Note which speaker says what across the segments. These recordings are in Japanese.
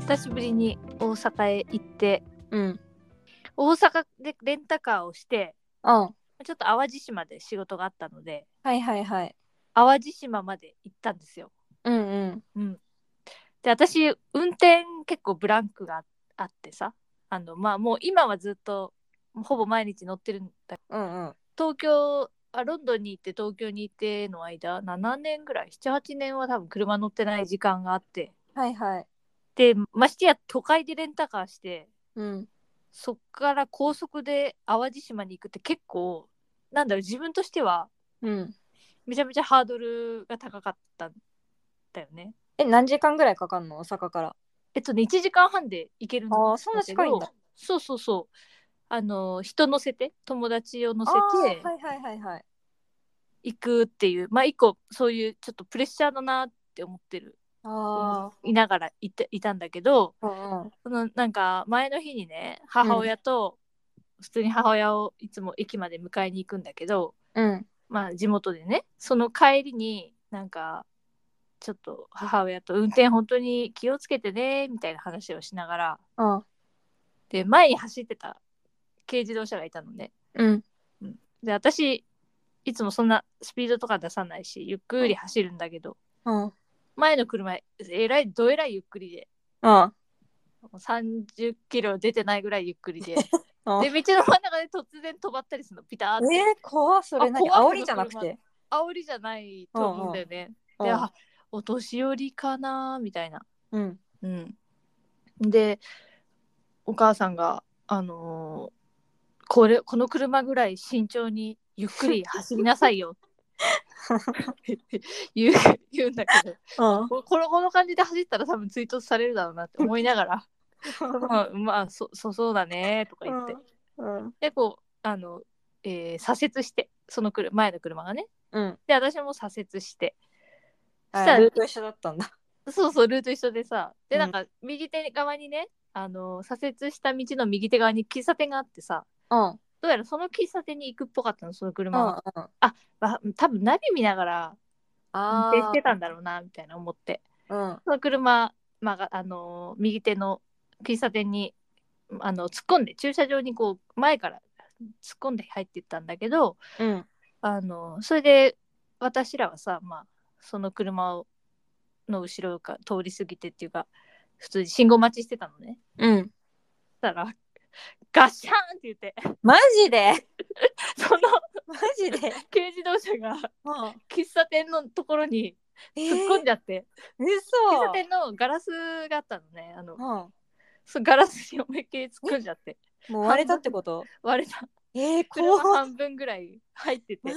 Speaker 1: 久しぶりに大阪へ行って
Speaker 2: うん。
Speaker 1: 大阪でレンタカーをして
Speaker 2: うん。
Speaker 1: ちょっと淡路島で仕事があったので
Speaker 2: はいはいはい。
Speaker 1: 淡路島まで行ったんですよ。
Speaker 2: うんうん。
Speaker 1: うん、で私運転結構ブランクがああってさあのまあもう今はずっとほぼ毎日乗ってるんだ
Speaker 2: うんうん。
Speaker 1: 東京あロンドンに行って東京に行っての間7年ぐらい78年は多分車乗ってない時間があって
Speaker 2: はいはい。
Speaker 1: でましてや都会でレンタカーして
Speaker 2: うん。
Speaker 1: そっから高速で淡路島に行くって結構なんだろう自分としては
Speaker 2: うん。
Speaker 1: めちゃめちゃハードルが高かったんだよね。
Speaker 2: え、何時間ぐらいかかんの大阪から。
Speaker 1: えっとね1時間半で行けるんだけど
Speaker 2: あーそんな近いんだ
Speaker 1: そうそうそうあの人乗せて友達を乗せて
Speaker 2: あーはいはいはいはい。
Speaker 1: 行くっていうまあ一個そういうちょっとプレッシャーだなって思ってる
Speaker 2: あ
Speaker 1: いながらいたいたんだけど
Speaker 2: あ。うんうん。
Speaker 1: そのなんか前の日にね母親と、普通に母親をいつも駅まで迎えに行くんだけど、
Speaker 2: うん。
Speaker 1: まあ地元でねその帰りになんかちょっと母親と運転本当に気をつけてねみたいな話をしながら
Speaker 2: うん。
Speaker 1: で前に走ってた軽自動車がいたのね
Speaker 2: うん。
Speaker 1: で私いつもそんなスピードとか出さないしゆっくり走るんだけど
Speaker 2: うん。
Speaker 1: 前の車えらいどえらいゆっくりで
Speaker 2: うん。
Speaker 1: もう30キロ出てないぐらいゆっくりでで
Speaker 2: う
Speaker 1: 道
Speaker 2: ん
Speaker 1: の真ん中で突然止まったりするのピターって
Speaker 2: えー、怖っそれ
Speaker 1: あ
Speaker 2: 何
Speaker 1: 怖
Speaker 2: 煽
Speaker 1: い
Speaker 2: りじゃなくて。
Speaker 1: 煽りじゃないと思うんだよねであお年寄りかなみたいな
Speaker 2: うん。
Speaker 1: うん、でお母さんが、あのーこれこの車ぐらい慎重にゆっくり走りなさいよ」って言う 言うんだけど
Speaker 2: うん。
Speaker 1: ここのこの感じで走ったら多分追突されるだろうなって思いながら「まあ、まあ、そそそうだね」とか言って、
Speaker 2: うん。
Speaker 1: でこうあの、えー左折してその車前の車がね
Speaker 2: うん。
Speaker 1: で私も左折して
Speaker 2: あ
Speaker 1: したら
Speaker 2: ルート一緒だったんだ。
Speaker 1: そうそう、ルート一緒でさ。で、
Speaker 2: うん
Speaker 1: なんか、右手側にね、あの、左折した道の右手側に喫茶店があってさ、
Speaker 2: うん。うん。
Speaker 1: どうやらその喫茶店に行くっぽかったの、その車は。
Speaker 2: あ
Speaker 1: わ多分ナビ見ながら運
Speaker 2: あ
Speaker 1: 転してたんだろうな、みたいな思って。
Speaker 2: うん。
Speaker 1: その車、まあが、あのー右手の喫茶店に、あの、突っ込んで、駐車場にこう、前から突っ込んで入っていったんだけど、
Speaker 2: うん。
Speaker 1: あのそれで私らはさ、まあ、その車をの後ろか通り過ぎてっていうか普通に信号待ちしてたのね
Speaker 2: うん。
Speaker 1: そしたらガッシャーンって言って
Speaker 2: マジ で
Speaker 1: その
Speaker 2: マジで
Speaker 1: 軽自動車が
Speaker 2: うん。
Speaker 1: 喫茶店のところに
Speaker 2: え
Speaker 1: 突っ込んじゃって、
Speaker 2: 嘘
Speaker 1: 喫茶店のガラスがあったのねあの
Speaker 2: うん。も
Speaker 1: そのガラスに思いっきり突っ込んじゃって
Speaker 2: う割れたってこと
Speaker 1: 割れた
Speaker 2: えー、
Speaker 1: 車
Speaker 2: 怖っ
Speaker 1: 半分ぐらい入って
Speaker 2: マ
Speaker 1: て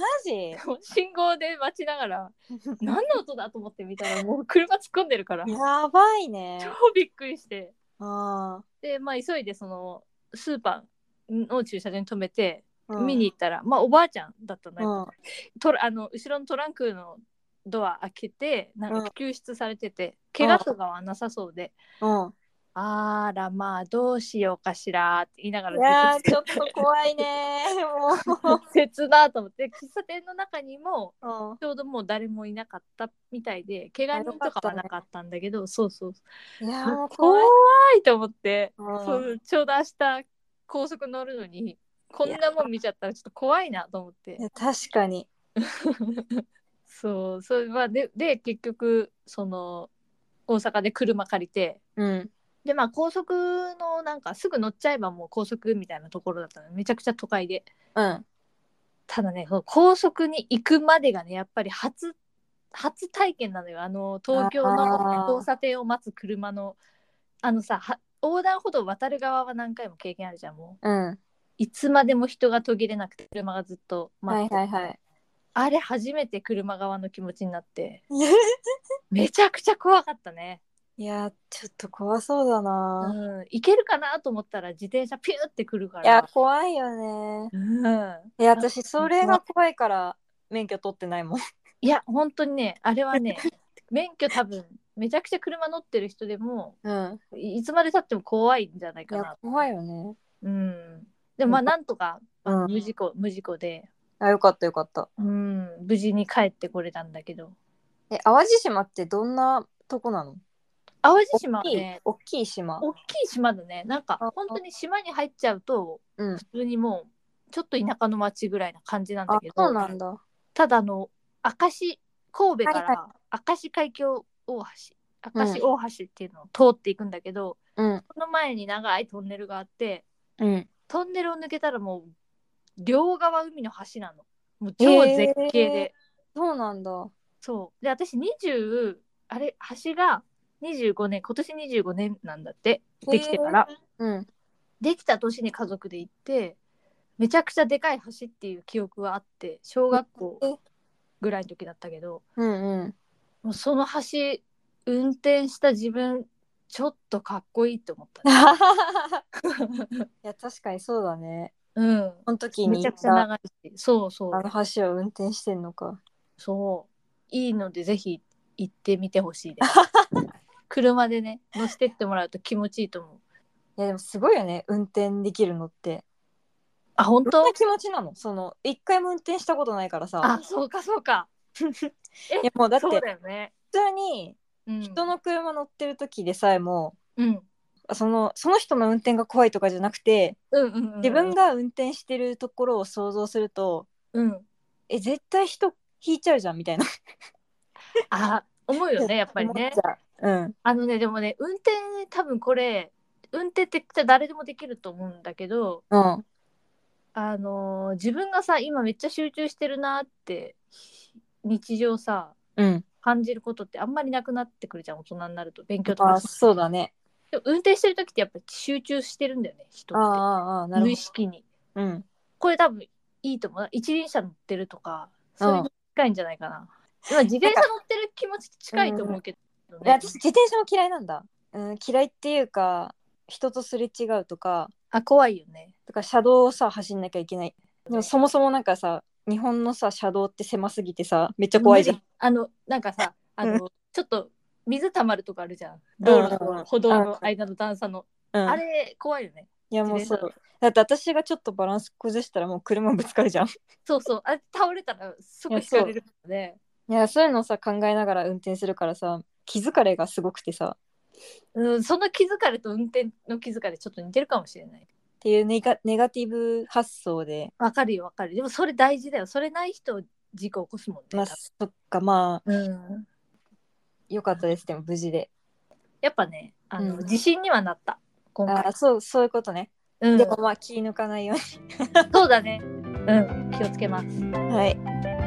Speaker 2: ジ
Speaker 1: もう信号で待ちながら何の音だと思って見たらもう車突っ込んでるから
Speaker 2: やばいね
Speaker 1: 超。びっくりして
Speaker 2: あ
Speaker 1: でまあ急いでそのスーパーの駐車場に止めて、
Speaker 2: あ、うん
Speaker 1: 見に行ったらまあおばあちゃんだったの
Speaker 2: う
Speaker 1: よ、
Speaker 2: ん。
Speaker 1: トラあの後ろのトランクのドア開けてなん
Speaker 2: う
Speaker 1: か
Speaker 2: ん
Speaker 1: 救出されてて、怪我とかはなさそうで、
Speaker 2: うん。
Speaker 1: あらまあどうしようかしらって言いなが
Speaker 2: いや
Speaker 1: ら
Speaker 2: ーちょっと怖いねーもう。
Speaker 1: 切だと思って喫茶店の中にも
Speaker 2: うん
Speaker 1: ちょうどもう誰もいなかったみたいで怪我人とかはなかったんだけどそうそう
Speaker 2: いやーもう怖
Speaker 1: 怖
Speaker 2: い。
Speaker 1: いと思って、
Speaker 2: うん
Speaker 1: そうちょうど明日高速乗るのにこんなもん見ちゃったらちょっと怖いなと思って
Speaker 2: いや確かに。
Speaker 1: そうそれはでで結局その大阪で車借りて
Speaker 2: うん。
Speaker 1: でまあ高速のなんかすぐ乗っちゃえばもう高速みたいなところだったのめちゃくちゃ都会で
Speaker 2: うん。
Speaker 1: ただねその高速に行くまでがねやっぱり初初体験なのよあの東京の
Speaker 2: あー
Speaker 1: 交差点を待つ車のあのさは横断歩道を渡る側は何回も経験あるじゃんもう
Speaker 2: うん。
Speaker 1: いつまでも人が途切れなくて車がずっと
Speaker 2: は
Speaker 1: 待
Speaker 2: い
Speaker 1: って、
Speaker 2: はいはい。
Speaker 1: あれ初めて車側の気持ちになって
Speaker 2: いや
Speaker 1: めちゃくちゃ怖かったね、
Speaker 2: いやーちょっと怖そうだ
Speaker 1: う
Speaker 2: なー。
Speaker 1: ん、行けるかなと思ったら自転車ピューってくるか
Speaker 2: いや
Speaker 1: ら
Speaker 2: 怖いよね
Speaker 1: うん、
Speaker 2: ー。いや私それが怖いから免許取ってないもん。
Speaker 1: いや本当にねあれは ね免許多分めちゃくちゃ車乗ってる人でも
Speaker 2: うん。
Speaker 1: いつまでたっても怖いんじゃない
Speaker 2: い
Speaker 1: か
Speaker 2: や
Speaker 1: な。
Speaker 2: 怖いよね。
Speaker 1: うん、でもまあなんとか
Speaker 2: うん。
Speaker 1: 無事故無事故で、
Speaker 2: あよかったよかった。
Speaker 1: うん、無事に帰ってこれたんだけど
Speaker 2: え淡路島ってどんなとこなの？
Speaker 1: 淡路
Speaker 2: 大き
Speaker 1: 島はいね、
Speaker 2: 大きい島。
Speaker 1: 大きい島だねなんか
Speaker 2: あ
Speaker 1: 本当に島に入っちゃうと
Speaker 2: うん
Speaker 1: 普。通にもうちょっと田舎の町ぐらいな感じなん
Speaker 2: あ
Speaker 1: だけ、ど
Speaker 2: そうなんだ。
Speaker 1: ただあの明石神戸か
Speaker 2: はい
Speaker 1: ら明石海峡大橋明石大橋っていうのを通っていくんだけど、
Speaker 2: うん。
Speaker 1: その前に長いトンネルがあって
Speaker 2: うん。
Speaker 1: トンネルを抜けたらもう両側海の橋なのもう超絶景で、
Speaker 2: へーそうなんだ。
Speaker 1: そうで私20あれ橋が25年今年25年なんだってできてから、
Speaker 2: うん。
Speaker 1: できた年に家族で行ってめちゃくちゃでかい橋っていう記憶はあって小学校ぐらいの時だったけど
Speaker 2: うん うん。
Speaker 1: もうその橋運転した自分ちょっとかっこいいって思った ね、
Speaker 2: いや確かにそうだね。
Speaker 1: うん
Speaker 2: この時
Speaker 1: め
Speaker 2: に
Speaker 1: ち
Speaker 2: 行
Speaker 1: ゃ
Speaker 2: っ
Speaker 1: くちゃ
Speaker 2: た
Speaker 1: 長いしそうそう
Speaker 2: あの橋を運転してんのか。
Speaker 1: そういいのでぜひ行ってみてほしい です車でね乗せてってもらうと気持ちいいと思う
Speaker 2: いやでもすごいよね運転できるのって。
Speaker 1: あ本
Speaker 2: ど
Speaker 1: 当
Speaker 2: んな気持ちなのその一回も運転したことないからさ
Speaker 1: あ。そうかそうか
Speaker 2: いやもうだって
Speaker 1: そう
Speaker 2: 普
Speaker 1: だよね、
Speaker 2: 通に
Speaker 1: うん、
Speaker 2: 人の車乗ってる時でさえも、
Speaker 1: うん
Speaker 2: そのその人の運転が怖いとかじゃなくて
Speaker 1: うんうんうんうん
Speaker 2: 自分が運転してるところを想像すると、
Speaker 1: うん
Speaker 2: え絶対人引いちゃうじゃんみたいな。
Speaker 1: あ思うよ ねやっぱりね
Speaker 2: 思っちゃううん。
Speaker 1: あのねでもね運転多分これ運転って誰でもできると思うんだけど
Speaker 2: うん。
Speaker 1: あのー自分がさ今めっちゃ集中してるなって日常さ
Speaker 2: うん。
Speaker 1: 感じることってあんまりなくなってくるじゃん大人になると勉強と
Speaker 2: あ
Speaker 1: か
Speaker 2: そうだね。
Speaker 1: でも運転してる時ってやっぱ集中してるんだよね人
Speaker 2: あ
Speaker 1: っ
Speaker 2: あああ
Speaker 1: て
Speaker 2: な
Speaker 1: 無
Speaker 2: る
Speaker 1: 意
Speaker 2: ほ
Speaker 1: 識に
Speaker 2: ど。うん。
Speaker 1: これ多分いいと思う一輪車乗ってるとかそれに近いんじゃないかな、今自転車乗ってる気持ち近いと思うけど
Speaker 2: い
Speaker 1: ね、
Speaker 2: や私自転車も嫌いなんだ、うん、嫌いっていうか人とすれ違うとか
Speaker 1: あ怖いよね
Speaker 2: とか車道をさ走んなきゃいけないでもそもそもなんかさ日本のさ車道って狭すぎてさめっちゃ怖いじゃん
Speaker 1: あのなんかさあのちょっと水たまるとかあるじゃん道路
Speaker 2: うんうんうん
Speaker 1: と歩道の間の段差の、
Speaker 2: うん
Speaker 1: あれ怖いよね
Speaker 2: いやもうそ
Speaker 1: 自
Speaker 2: うだって私がちょっとバランス崩したらもう車ぶつかるじゃんい
Speaker 1: そうそうあれ倒れたらすぐ引かれるので
Speaker 2: やそういうのさ考えながら運転するからさ気づかれがすごくてさ
Speaker 1: うん、その気づかれと運転の気づかれちょっと似てるかもしれない
Speaker 2: っていうネガネガティブ発想で
Speaker 1: わかるよわかるでもそれ大事だよそれない人事故起こすもんね、
Speaker 2: まあそっかま
Speaker 1: 多
Speaker 2: あ
Speaker 1: 分うん、
Speaker 2: よかったですでも無事で
Speaker 1: やっぱねあの、
Speaker 2: うん
Speaker 1: 自信にはなった今
Speaker 2: あ
Speaker 1: 回
Speaker 2: ー、そうそういうことね、
Speaker 1: うん
Speaker 2: でもまあ気抜かないよう
Speaker 1: そうだねうん気をつけます
Speaker 2: に はい